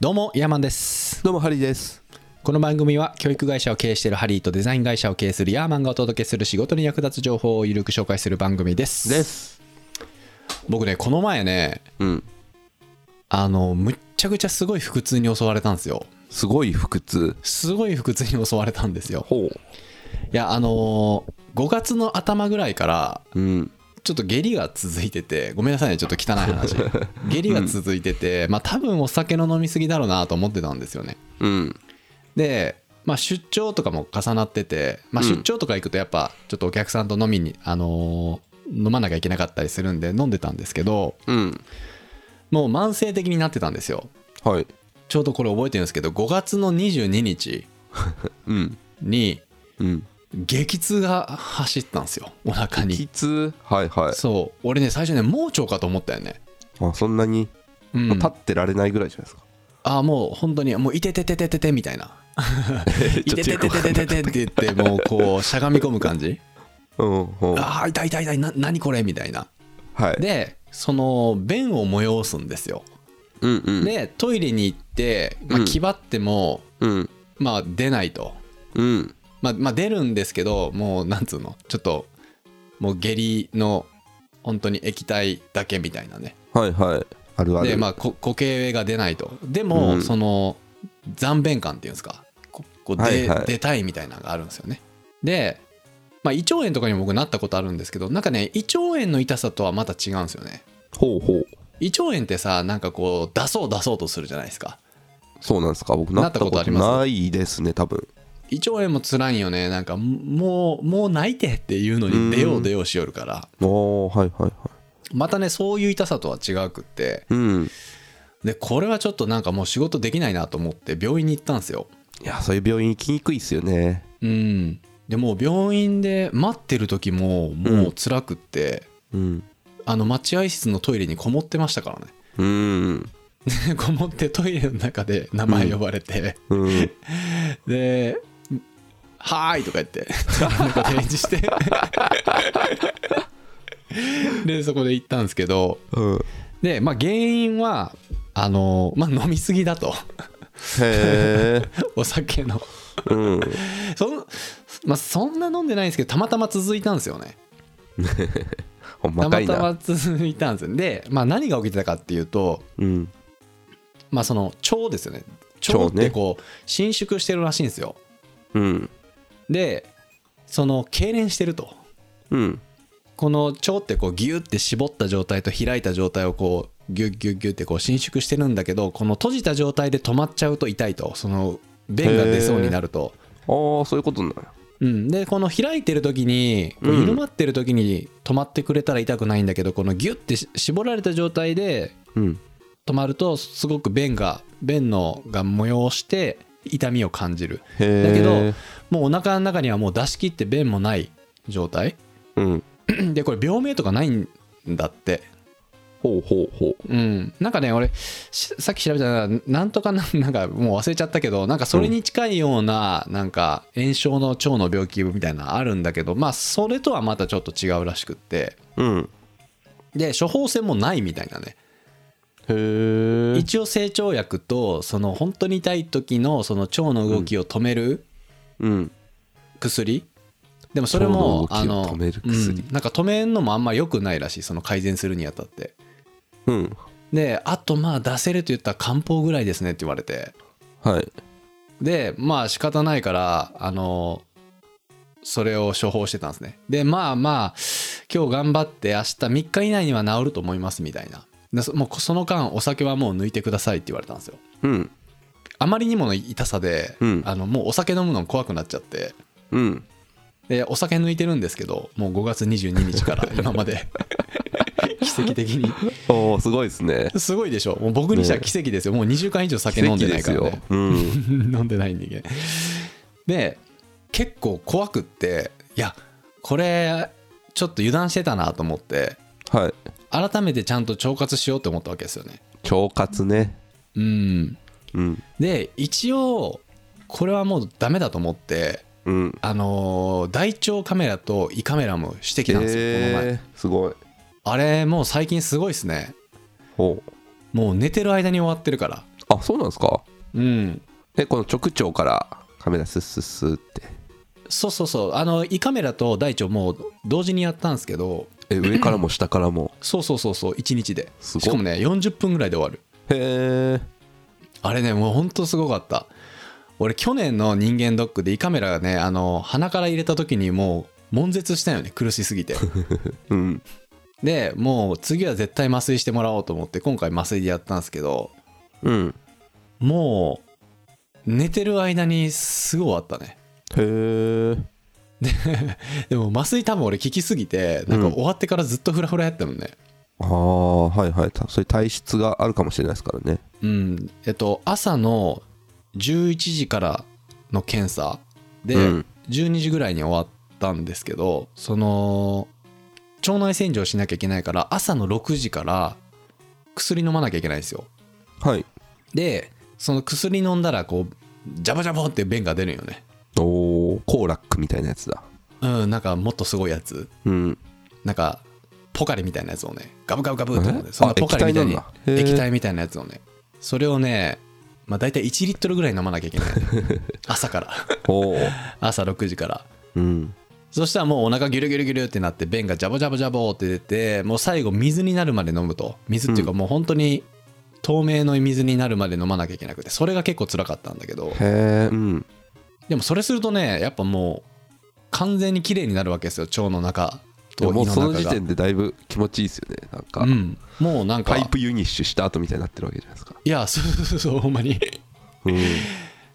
どうもヤーマンですどうもハリーです。この番組は教育会社を経営しているハリーとデザイン会社を経営するヤーマンがお届けする仕事に役立つ情報をゆるく紹介する番組ですです。僕ねこの前ねうん。あのむっちゃくちゃすごい腹痛に襲われたんですよすごい腹痛。すごい腹痛に襲われたんですよほいやあのー、5月の頭ぐらいからう。うん。ちょっと下痢が続いててごめんなさいねちょっと汚い話下痢が続いてて、まあ多分お酒の飲みすぎだろうなと思ってたんですよねうん。で、まあ、出張とかも重なってて、まあ、うん出張とか行くとやっぱちょっとお客さんと飲みに、あのー飲まなきゃいけなかったりするんで飲んでたんですけどうん。もう慢性的になってたんですよはい。ちょうどこれ覚えてるんですけど5月の22日うん。にうん。激痛が走ったんですよお腹に激痛はいはい。そう俺ね最初ね盲腸かと思ったよねあ、そんなに、うん、立ってられないぐらいじゃないですか。あもう本当にもういててててててみたいなえ いてててててててって言ってもうこうしゃがみ込む感じうん。うんは。ああ痛い痛い痛いな何これみたいないでその便を催すんですよ、うんうん。でトイレに行って、まあうん気張っても、うん。まあ、出ないと、うん。まあ、まあ出るんですけどもうなんつうのちょっともう下痢の本当に液体だけみたいなねはいはい。あるある。でまあこ固形が出ないとでも、うんその残便感っていうんですかここう出,、はいはい出たいみたいなのがあるんですよねで、まあ、胃腸炎とかにも僕なったことあるんですけどなんかね胃腸炎の痛さとはまた違うんですよねほうほう。胃腸炎ってさなんかこう出そう出そうとするじゃないですかそうなんですか。僕、ななっったたこことあとりますないですね、多分。胃腸炎も辛いんよねなんかもうもう泣いてっていうのに出よう出ようしよるからおー、はいはいはい。またねそういう痛さとは違くってうん。でこれはちょっとなんかもう仕事できないなと思って病院に行ったんですよいや、そういう病院行きにくいっすよね。うんでもう病院で待ってる時ももう辛くって、うん。あの待合室のトイレにこもってましたからね うん。こもってトイレの中で名前呼ばれて、うん。で「はーい」とか言 ってなんか提示してでそこで行ったんですけどうん。でまあ原因はあのまあ飲みすぎだとへえ。お酒のうん。そん,、まあ、そんな飲んでないんですけどたまたま続いたんですよねほんたままかいたな。ま続いたんですよで、まあ、何が起きてたかっていうとうん。まあその腸ですよね腸っ腸ねてこう伸縮してるらしいんですようん。でその痙攣してるとうん。この腸ってこうギュって絞った状態と開いた状態をこうギュッギュッギュッってこう伸縮してるんだけどこの閉じた状態で止まっちゃうと痛いとその便が出そうになると、ああそういうことなんやうん、でこの開いてる時にこううん緩まってる時に止まってくれたら痛くないんだけどこのギュッてし絞られた状態でうん止まるとすごく便が便のが催して痛みを感じるへだけえどもうお腹の中にはもう出し切って便もない状態 うんでこれ病名とかないんだってほうほうほうん、なんかね俺しさっき調べたらなんとかななんかもう忘れちゃったけどなんかそれに近いような,、なんか炎症の腸の病気みたいなのあるんだけどまあそれとはまたちょっと違うらしくってううんで処方箋もないみたいなねへえ一応成長薬とその本当に痛い時のその腸の動きを止めるうん薬、でもそれもあ腸の動きのを止める薬うんなんか止めんのもあんま良くないらしいその改善するにあたってうんであとまあ出せると言ったら漢方ぐらいですねって言われてはいでまあ仕方ないからあのそれを処方してたんですねでまあまあ今日頑張って明日3日以内には治ると思いますみたいなでそもうその間お酒はもう抜いてくださいって言われたんですようんあまりにもの痛さで、うんあのもうお酒飲むの怖くなっちゃってうんでお酒抜いてるんですけどもう5月22日 から今まで 奇跡的におーすごいですねすごいでしょもう僕にしては奇跡ですよ、もう2週間以上酒飲んでないから、奇ね跡、ですようん 飲んでないんでいけないで結構怖くっていやこれちょっと油断してたなと思ってはい改めてちゃんと腸活しようって思ったわけですよね腸活ねうんうんで一応これはもうダメだと思ってうんあのー大腸カメラと胃カメラもしてきたんですよ、この前えーすごいあれもう最近すごいっすねほうもう寝てる間に終わってるからああそうなんですかうんえこの直腸からカメラスッスッスーってそうそうそうあの胃カメラと大腸もう同時にやったんですけどえ上からも下からもそうそうそうそう1日ですごいしかもね40分ぐらいで終わるへえあれねもうほんとすごかった俺去年の人間ドックで胃カメラがねあの鼻から入れた時にもう悶絶したよね苦しす ぎてうんでもう次は絶対麻酔してもらおうと思って今回麻酔でやったんですけどうんもう寝てる間にすぐ終わったねへえでも麻酔多分俺効きすぎてなんか終わってからずっとフラフラやったもんねああはいはいたそういう体質があるかもしれないですからねうん、えっと朝の11時からの検査で、うん12時ぐらいに終わったんですけどその腸内洗浄しなきゃいけないから朝の6時から薬飲まなきゃいけないんですよはいでその薬飲んだらこうジャバジャバって便が出るんよねおおコーラックみたいなやつだうんなんかもっとすごいやつうんなんかポカリみたいなやつをねガブガブガブって飲んえでそんなポカリみたいにあ液体なんだへー液体みたいなやつをねそれをねまあ大体1リットルぐらい飲まなきゃいけない 朝からおお朝6時からうんそしたらもうお腹ギュルギュルギュルってなって便がジャボジャボジャボって出てもう最後水になるまで飲むと水っていうかもう本当に透明の水になるまで飲まなきゃいけなくてそれが結構辛かったんだけどへえうんでもそれするとねやっぱもう完全に綺麗になるわけですよ腸の中でと胃ものう中そのが時点でだいぶ気持ちいいですよねなんか、うんもうなんかパイプユニッシュした後みたいになってるわけじゃないですかいや そうそうそうほんまに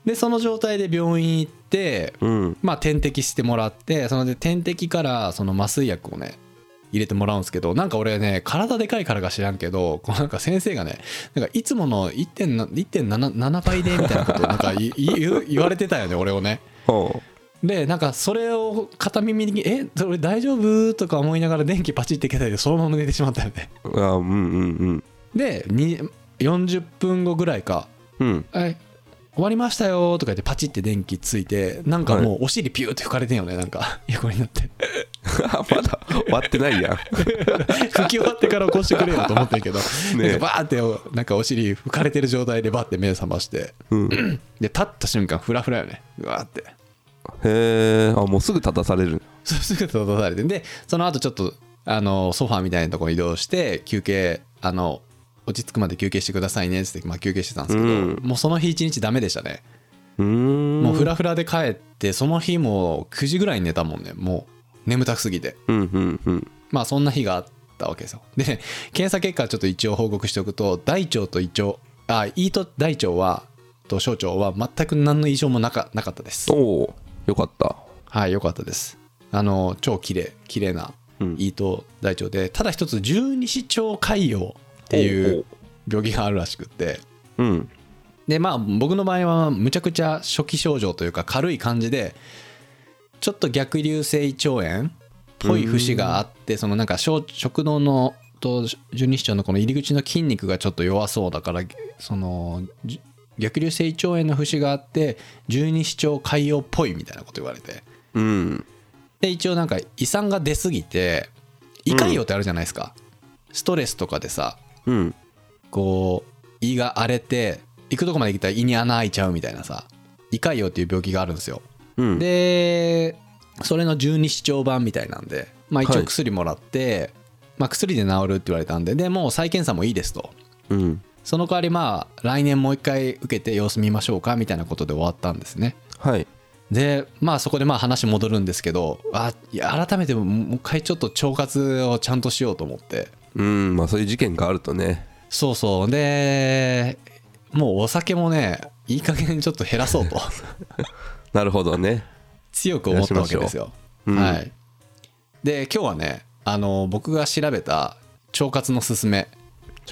でその状態で病院行ってうんうんまあ点滴してもらってそので点滴からその麻酔薬をね入れてもらうんですけどなんか俺ね体でかいからか知らんけどこうなんか先生がねなんかいつもの1.7 1.7倍でみたいなことをなんかい 言う言われてたよね俺をねおうでなんかそれを片耳に「え俺大丈夫?」とか思いながら電気パチって消されてそのまま寝てしまったよねあうんうんうんでに40分後ぐらいかうんはい、終わりましたよとか言ってパチって電気ついてなんかもうお尻ピューって拭かれてんよねなんか 横になってあ まだ終わってないやん拭き終わってから起こしてくれよと思ってんけど、ねえなんかバーってなんかお尻拭かれてる状態でバーって目覚ましてうんで立った瞬間フラフラよねうわーってへえあもうすぐ立たされるそうすぐ立たされてでその後ちょっとあのソファーみたいなとこ移動して休憩あの落ち着くまで休憩してくださいねっつって、まあ、休憩してたんですけど、うんもうその日一日ダメでしたねうーんもうフラフラで帰ってその日も9時ぐらいに寝たもんねもう眠たくすぎてうんうんうんまあそんな日があったわけですよで検査結果ちょっと一応報告しておくと大腸と胃腸あ胃と大腸はと小腸は全く何の異常もなかなかったですおおよかったはい良かったですあの超綺麗綺麗なうん胃と大腸でただ一つ十二指腸潰瘍っていおうう病気があるらしくってうんでまあ僕の場合はむちゃくちゃ初期症状というか軽い感じでちょっと逆流性胃腸炎っぽい節があってそのなんか小食道のと十二指腸のこの入り口の筋肉がちょっと弱そうだからそのじ逆流性胃腸炎の節があって十二指腸潰瘍っぽいみたいなこと言われてうんで一応なんか胃酸が出すぎて胃潰瘍ってあるじゃないですか、ストレスとかでさうんこう胃が荒れて行くとこまで行ったら胃に穴開いちゃうみたいなさ胃潰瘍っていう病気があるんですようんでそれの十二指腸版みたいなんでまあ一は応い薬もらって、まあ薬で治るって言われたんででもう再検査もいいですとうんその代わりまあ来年もう一回受けて様子見ましょうかみたいなことで終わったんですねはいでまあそこでまあ話戻るんですけどあいや改めてももう一回ちょっと腸活をちゃんとしようと思ってうんまあそういう事件があるとねそうそうでもうお酒もねいい加減ちょっと減らそう となるほどね強く思ったわけですよ、減らしましょはううんいで今日はねあの僕が調べた腸活のすすめ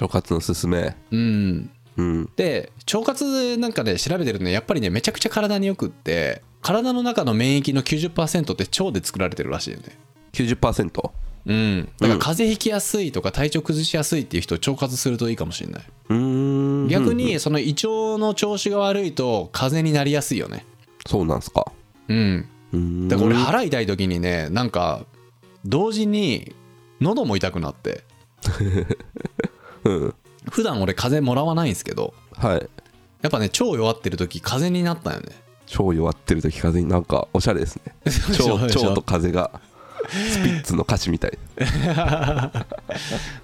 腸活のすすめうんうんで腸活なんかね調べてるとねやっぱりねめちゃくちゃ体によくって体の中の免疫の90%って腸で作られてるらしいよね90%うん、だからうん風邪ひきやすいとか体調崩しやすいっていう人腸活するといいかもしれないうーん逆うんにその胃腸の調子が悪いと風邪になりやすいよねそうなんすかうんうーんだから俺腹痛い時にねなんか同時に喉も痛くなってうん普段俺風邪もらわないんですけどはいやっぱね腸弱ってる時風邪になったよね超弱ってる時風邪になんかおしゃれですね 超そうでしょ超と風がスピッツの歌詞みたいだか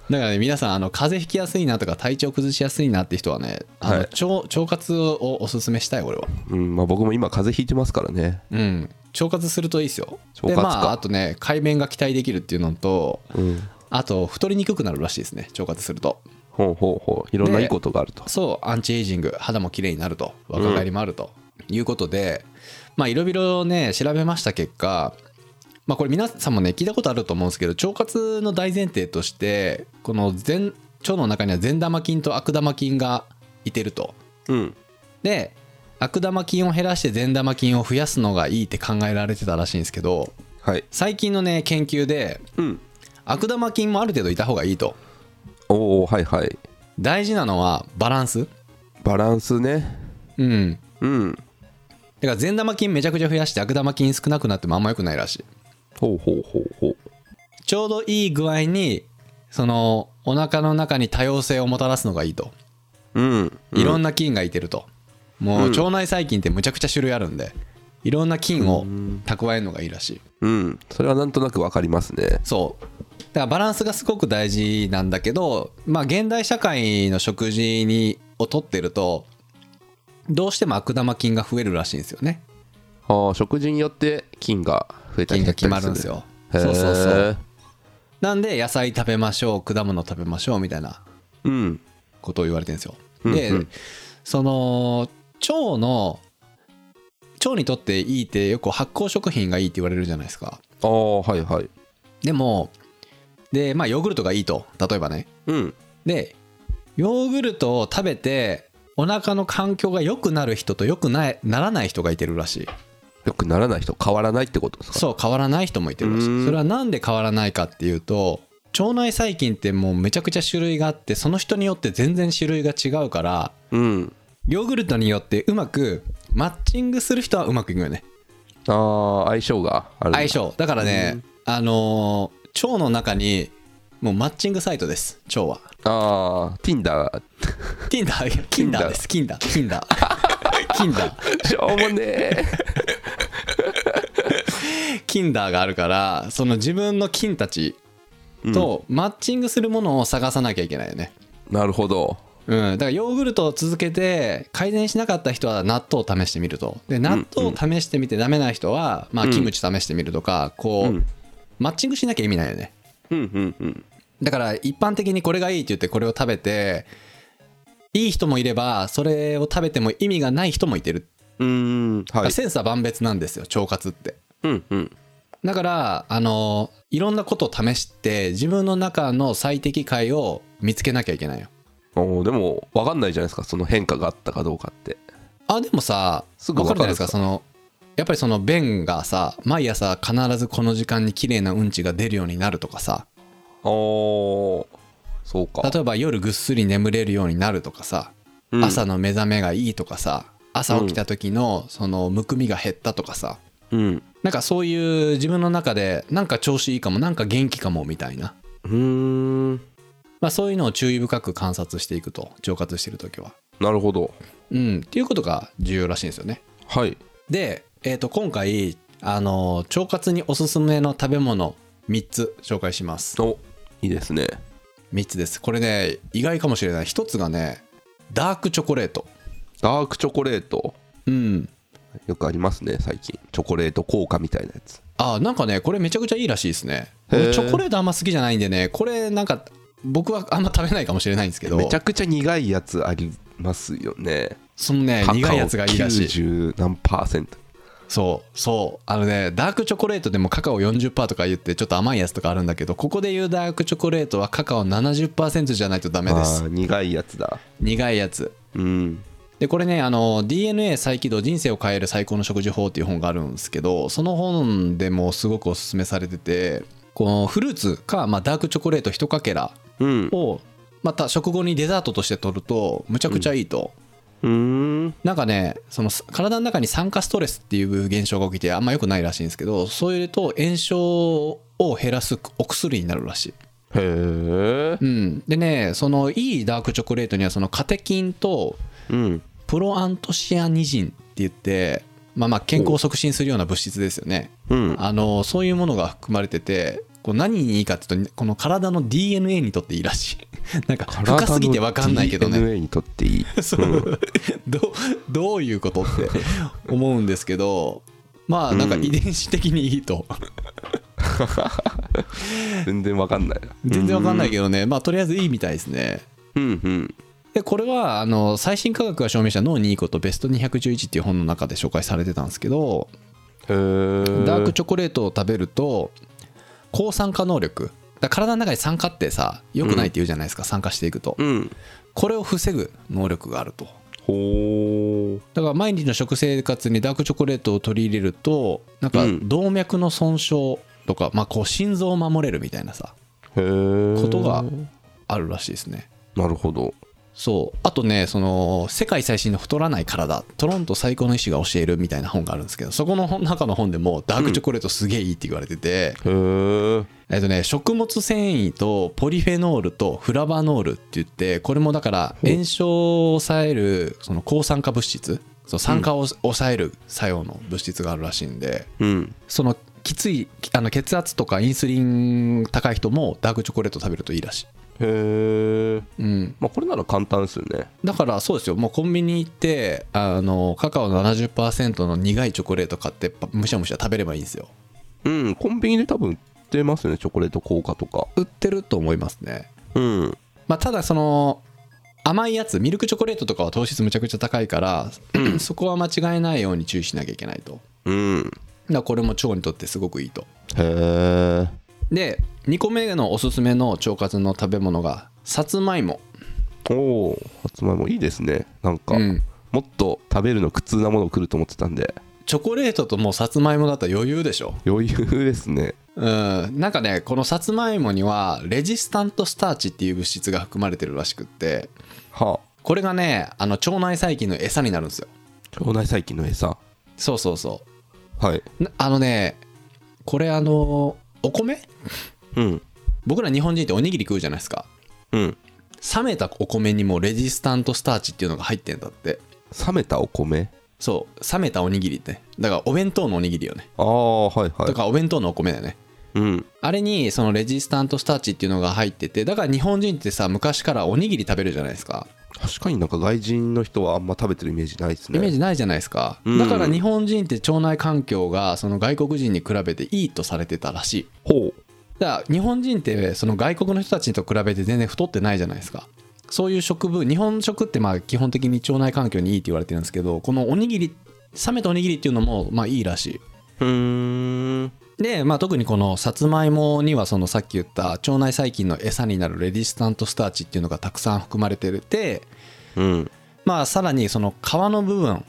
らね皆さんあの風邪ひきやすいなとか体調崩しやすいなって人はねあの、はい腸腸活をおすすめしたい俺はうんまあ僕も今風邪ひいてますからねうん腸活するといいですよで腸活かまああとね改便が期待できるっていうのとうんあと太りにくくなるらしいですね腸活するとほうほうほういろんないいことがあるとそうアンチエイジング肌も綺麗になると若返りもあると、いうことでまあいろいろね調べました結果まあこれ皆さんもね聞いたことあると思うんですけど腸活の大前提としてこの前腸の中には善玉菌と悪玉菌がいてるとうんで悪玉菌を減らして善玉菌を増やすのがいいって考えられてたらしいんですけどはい最近のね研究でうん悪玉菌もある程度いた方がいいとおおはいはい大事なのはバランスバランスねうんうんだから善玉菌めちゃくちゃ増やして悪玉菌少なくなってもあんま良くないらしいほうほうほうほうちょうどいい具合にそのお腹の中に多様性をもたらすのがいいとうんいろなんな菌がいてると、もう腸内細菌ってむちゃくちゃ種類あるんでいろんな菌を蓄えるのがいいらしいうんそれはなんとなくわかりますねそうだからバランスがすごく大事なんだけどまあ現代社会の食事にをとってるとどうしても悪玉菌が増えるらしいんですよねああ食事によって菌が増えた菌り減がった決りまるんですよへそーうそうそうなんで野菜食べましょう果物食べましょうみたいなうんことを言われてるんですよ。うんで、うんその腸の腸にとっていいってよく発酵食品がいいって言われるじゃないですか。ああはいはいでもでまあヨーグルトがいいと例えばね。うんでヨーグルトを食べてお腹の環境が良くなる人と良くないならない人がいてるらしい。よくならない人変わらないってことですかそう変わらない人もいてるらしうーいんそれはなんで変わらないかっていうと腸内細菌ってもうめちゃくちゃ種類があってその人によって全然種類が違うからうんヨーグルトによってうまくマッチングする人はうまくいくよねああ相性があるんだ相性だからねあのー腸の中にもうマッチングサイトです腸はああ Tinder Tinder いや Tinder です Tinder Tinder Tinder しょうもねえ Tinder があるからその自分の菌たちとマッチングするものを探さなきゃいけないよねなるほどうん、だからヨーグルトを続けて改善しなかった人は納豆を試してみるとで納豆を試してみてダメな人は、まあ、キムチ試してみるとかこう、うんマッチングしなきゃ意味ないよねうんうんうんだから一般的にこれがいいって言ってこれを食べていい人もいればそれを食べても意味がない人もいてる、うーんはいセンサー万別なんですよ腸活ってうんうんだからあのいろんなことを試して自分の中の最適解を見つけなきゃいけないよおーでも分かんないじゃないですかその変化があったかどうかってあでもさすぐわわかかるるじゃないですかそのやっぱりその便がさ毎朝必ずこの時間に綺麗なうんちが出るようになるとかさおーそうか例えば夜ぐっすり眠れるようになるとかさ、うん朝の目覚めがいいとかさ朝起きた時のそのむくみが減ったとかさ、うんなんかそういう自分の中でなんか調子いいかもなんか元気かもみたいな、うーんまあ、そういうのを注意深く観察していくと腸活してる時は。なるほどうん、っていうことが重要らしいんですよね。はいで、えー、と今回あの腸活におすすめの食べ物3つ紹介しますおいいですね3つですこれね意外かもしれない1つがねダークチョコレートダークチョコレートうんよくありますね最近チョコレート効果みたいなやつあなんかねこれめちゃくちゃいいらしいですねへー俺チョコレートあんま好きじゃないんでねこれなんか僕はあんま食べないかもしれないんですけどめちゃくちゃ苦いやつありますよねそのねカカオ苦いやつがいいらしい90何パーセントそうそうあのねダークチョコレートでもカカオ40%とか言ってちょっと甘いやつとかあるんだけどここで言うダークチョコレートはカカオ70%じゃないとダメであすー苦いやつだ苦いやつうんでこれねあの DNA 再起動人生を変える最高の食事法っていう本があるんですけどその本でもすごくおすすめされててこのフルーツか、まあ、ダークチョコレート1かけらうんをまた食後にデザートとして取るとむちゃくちゃいいと、うーんなんかねその体の中に酸化ストレスっていう現象が起きてあんま良くないらしいんですけどそれと炎症を減らすお薬になるらしいへえうんでねそのいいダークチョコレートにはそのカテキンとうんププロアントシアニジンって言って、まあ、まあ健康を促進するような物質ですよね。うん。あのそういうものが含まれててこう何にいいかっていうとこの体の DNA にとっていいらしい なんか深すぎて分かんないけどね DNA にとっていい。 そうどうどういうことって思うんですけどまあなんかうん遺伝子的にいいと全然わかんない。 全然分かんないけけどねまあとりあえずいいみたいですねど。うんうん。でこれはあの最新科学が証明した脳にいいことベスト211っていう本の中で紹介されてたんですけどへーダークチョコレートを食べると抗酸化能力だから体の中に酸化ってさ良くないって言うじゃないですか、酸化していくとうん。これを防ぐ能力があるとほー。だから毎日の食生活にダークチョコレートを取り入れるとなんかうん動脈の損傷とか、まあ、こう心臓を守れるみたいなさへー。ことがあるらしいですねなるほど。そうあとねその「世界最新の太らない体トロント最高の医師が教える」みたいな本があるんですけどそこの本中の本でもダークチョコレートすげえいいって言われてて、へー。えっとね、食物繊維とポリフェノールとフラバノールって言ってこれもだからほう炎症を抑えるその抗酸化物質そう酸化を抑える作用の物質があるらしいんでうん。そのきついあの血圧とかインスリン高い人もダークチョコレート食べるといいらしへー。い、うん、まあこれなら簡単ですよね。だからそうですよもうコンビニ行ってあのカカオ70%の苦いチョコレート買ってパむしゃむしゃ食べればいいんですようん。コンビニで多分売ってますよね。チョコレート効果とか。売ってると思いますねうん。まあ、ただその甘いやつミルクチョコレートとかは糖質むちゃくちゃ高いから、そこは間違えないように注意しなきゃいけないとだかうん。らこれも腸にとってすごくいいとへー。で2個目のおすすめの腸活の食べ物がさつまいもおお、さつまいもいいですね。なんか、うんもっと食べるの苦痛なものを来ると思ってたんで、チョコレートともうさつまいもだったら余裕でしょ余裕ですね。うんなんかねこのさつまいもにはレジスタントスターチっていう物質が含まれてるらしくってはあ、これがねあの腸内細菌の餌になるんですよ腸内細菌の餌。そうそうそはい。うなあのねこれあのお米うん。僕ら日本人っておにぎり食うじゃないですかうん。冷めたお米にもレジスタントスターチっていうのが入ってんだって冷めたお米そう冷めたおにぎりってだからお弁当のおにぎりよねああ、はいはとい。かお弁当のお米だよねうん。あれにそのレジスタントスターチっていうのが入っててだから日本人ってさ昔からおにぎり食べるじゃないですか確かになんか外人の人はあんま食べてるイメージないですイね。メージないじゃないですかうんだから日本人って腸内環境がその外国人に比べていいとされてたらしいほう。だから日本人ってその外国の人たちと比べて全然太ってないじゃないですかそういう食分日本食ってまあ基本的に腸内環境にいいって言われてるんですけどこのおにぎり冷めたおにぎりっていうのもまあいいらしうーん。いで、まあ、特にこのさつまいもにはそのさっき言った腸内細菌の餌になるレディスタントスターチっていうのがたくさん含まれててうん。まあさらにその皮の部分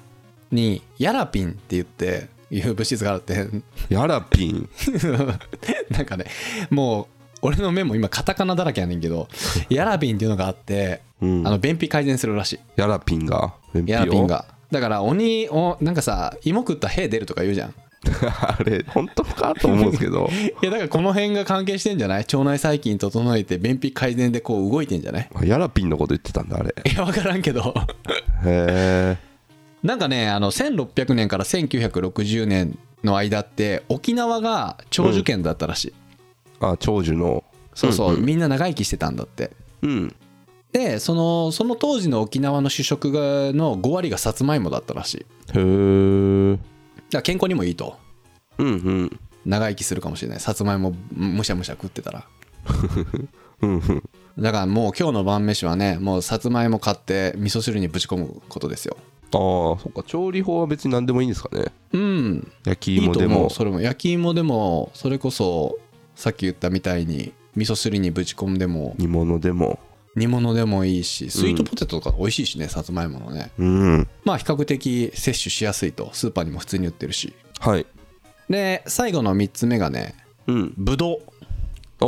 にヤラピンって言っていう物質があるってヤラピン。 なんかねもう俺の目も今カタカナだらけやねんけどヤラピンっていうのがあってうんあ。の便秘改善するらしいヤラピンが。便秘をヤラピン。がだから鬼をなんかさ芋食ったら屁出るとか言うじゃん あれ、本当かと思うんですけ ど。いやだからこの辺が関係してんじゃない腸内細菌整えて便秘改善でこう動いてんじゃないヤラピンのこと言ってたんだ、あれ。いや分からんけど へえ。なんかねあの1600年から1960年の間って沖縄が長寿県だったらしい、あ、長寿の。そうそう、んんみんな長生きしてたんだってうん。でそのその当時の沖縄の主食がの5割がさつまいもだったらしいだかへえ。うんら健康にもいいとうん。長生きするかもしれないさつまいもむしゃむしゃ食ってたらうんうん。だからもう今日の晩飯はねもうさつまいも買って味噌汁にぶち込むことですよああ、そっか。調理法は別に何でもいいんですかね。うん焼きいい芋とで思もう。それも焼き芋でもそれこそさっき言ったみたいに味噌汁にぶち込んでも煮物でも。煮物でもいいしスイートポテトとか美味しいしね、さつまいものねうん。まあ比較的摂取しやすいとスーパーにも普通に売ってるしはい。で最後の3つ目がねうん。ぶどうお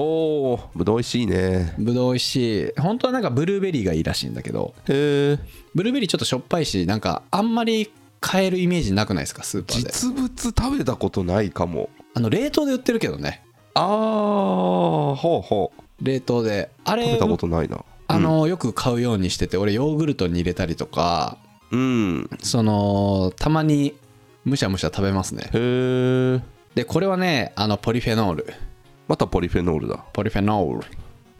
お、ぶどう美味しいね。ぶどう美味しい本当はなんかブルーベリーがいいらしいんだけどへえ。ブルーベリーちょっとしょっぱいしなんかあんまり買えるイメージなくないですかスーパーで実物食べたことないかも。あの冷凍で売ってるけどねああ、ほうほう。冷凍であれ食べたことないな。あのよく買うようにしてて俺ヨーグルトに入れたりとかうん。そのたまにむしゃむしゃ食べますねへえ。でこれはねあのポリフェノールまたポリフェノールだ。ポリフェノー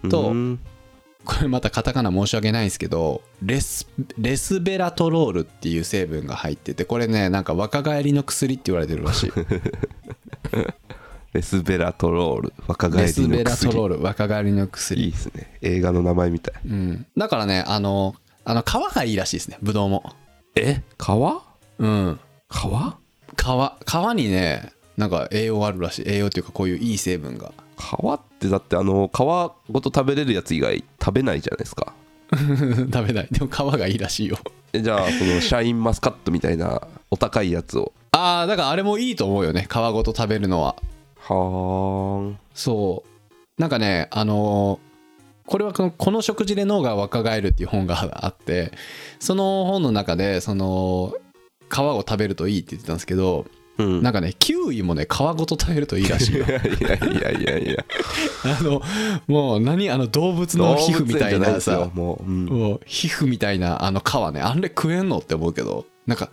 ルと、うんこれまたカタカナ申し訳ないんですけどレスレスベラトロールっていう成分が入っててこれねなんか若返りの薬って言われてるら しいレスベラトロール。若返レスりのベラト薬。ロール若返りのい薬いですね。映画の名前みたい。うん、だからねあのあの皮がいいらしいですねブドウもえ川うん川皮皮にねなんか栄養あるらしい栄養っていうかこういういい成分が 川ってだってあの皮ごと食べれるやつ以外食べないじゃないですか食べないでも皮がいいらしいよえじ ゃあそのシャインマスカットみたいなお高いやつをああだからあれもいいと思うよね皮ごと食べるのははーんそうなんかねあのーこれはこの「この食事で脳が若返る」っていう本があってその本の中でその皮を食べるといいって言ってたんですけどうんなんかねキウイもね皮ごと食べるといいらしい いよやいやいやいや いやあのもう何あの動物の皮膚みたいな動物園じゃさですよもう、うんもう皮膚みたいなあの皮ねあれ食えんのって思うけどなんか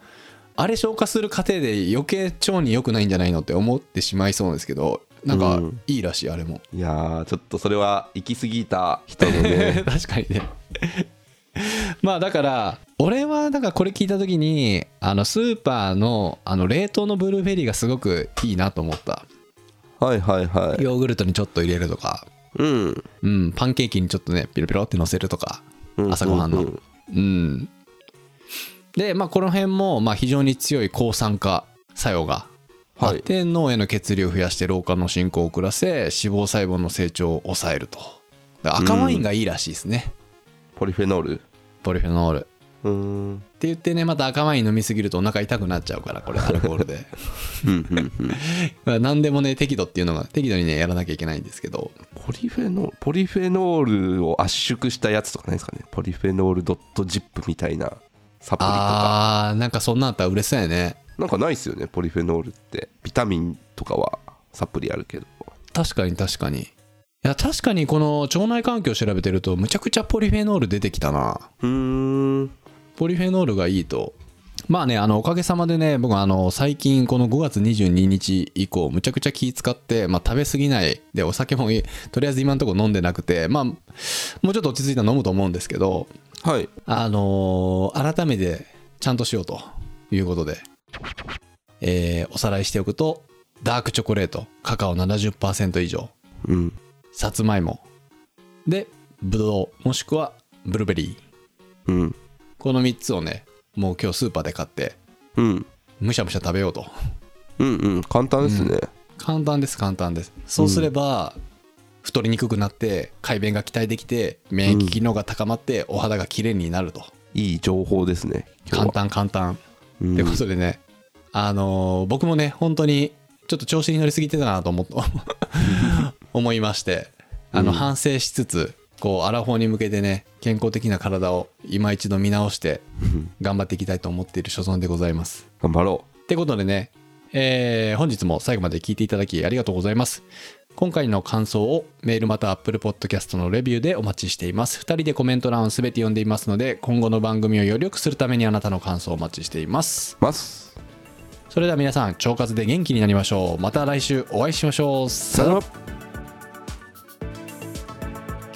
あれ消化する過程で余計腸に良くないんじゃないのって思ってしまいそうですけどなんかうんいいらしいあれも、いやーちょっとそれは行き過ぎた人の ね 確かにねまあだから俺はだからこれ聞いた時にあのスーパーのあの冷凍のブルーベリーがすごくいいなと思ったはいはいはいヨーグルトにちょっと入れるとかうんうんパンケーキにちょっとねピロピロって乗せるとかうん朝ごはんのううんうんん、でまあこの辺もまあ非常に強い抗酸化作用があはっいて、脳への血流を増やして老化の進行を遅らせ脂肪細胞の成長を抑えるとだから赤ワインがいいらしいですね、ポリフェノールポリフェノールうーんって言ってねまた赤ワイン飲みすぎるとお腹痛くなっちゃうからこれアルコール でうんうんうんまあ何でもね適度っていうのが適度にねやらなきゃいけないんですけどポリフェノールポリフェノールを圧縮したやつとかないですかねポリフェノールドットジップみたいなサプリとかあーなんかそんなんあったら嬉しそうやねなんかないっすよねポリフェノールってビタミンとかはサプリあるけど確かに確かにいや確かにこの腸内環境を調べてるとむちゃくちゃポリフェノール出てきたなうーんポリフェノールがいいとまあねあのおかげさまでね僕あの最近この5月22日以降むちゃくちゃ気使って、まあ、食べ過ぎないでお酒もいとりあえず今のところ飲んでなくてまあもうちょっと落ち着いたら飲むと思うんですけどはいあのー改めてちゃんとしようということで、えーおさらいしておくとダークチョコレートカカオ70%以上うんさつまいもでブドウもしくはブルーベリーうんこの3つをねもう今日スーパーで買ってうんむしゃむしゃ食べようと うんうん簡単ですね、簡単です簡単ですそうすれば、太りにくくなって改便が期待できて免疫機能が高まって、お肌が綺麗になるといい情報ですね今簡日は単簡単うんってことでね、あのー僕もね本当にちょっと調子に乗りすぎてたなと 思っ思いましてあの、うん反省しつつこうアラフォーに向けてね健康的な体を今一度見直して頑張っていきたいと思っている所存でございます。頑張ろってことでね、えー本日も最後まで聞いていただきありがとうございます。今回の感想をメールまた Apple Podcast のレビューでお待ちしています。2人でコメント欄を全て読んでいますので、今後の番組をより良くするためにあなたの感想をお待ちしています。うますそれでは皆さん腸活で元気になりましょうまた来週お会いしましょうささよなら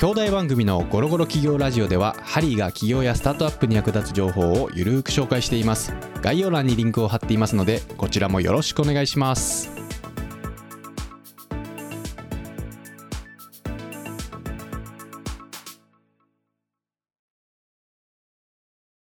兄弟番組の「ゴロゴロ企業ラジオ」ではハリーが企業やスタートアップに役立つ情報をゆるーく紹介しています概要欄にリンクを貼っていますのでこちらもよろしくお願いします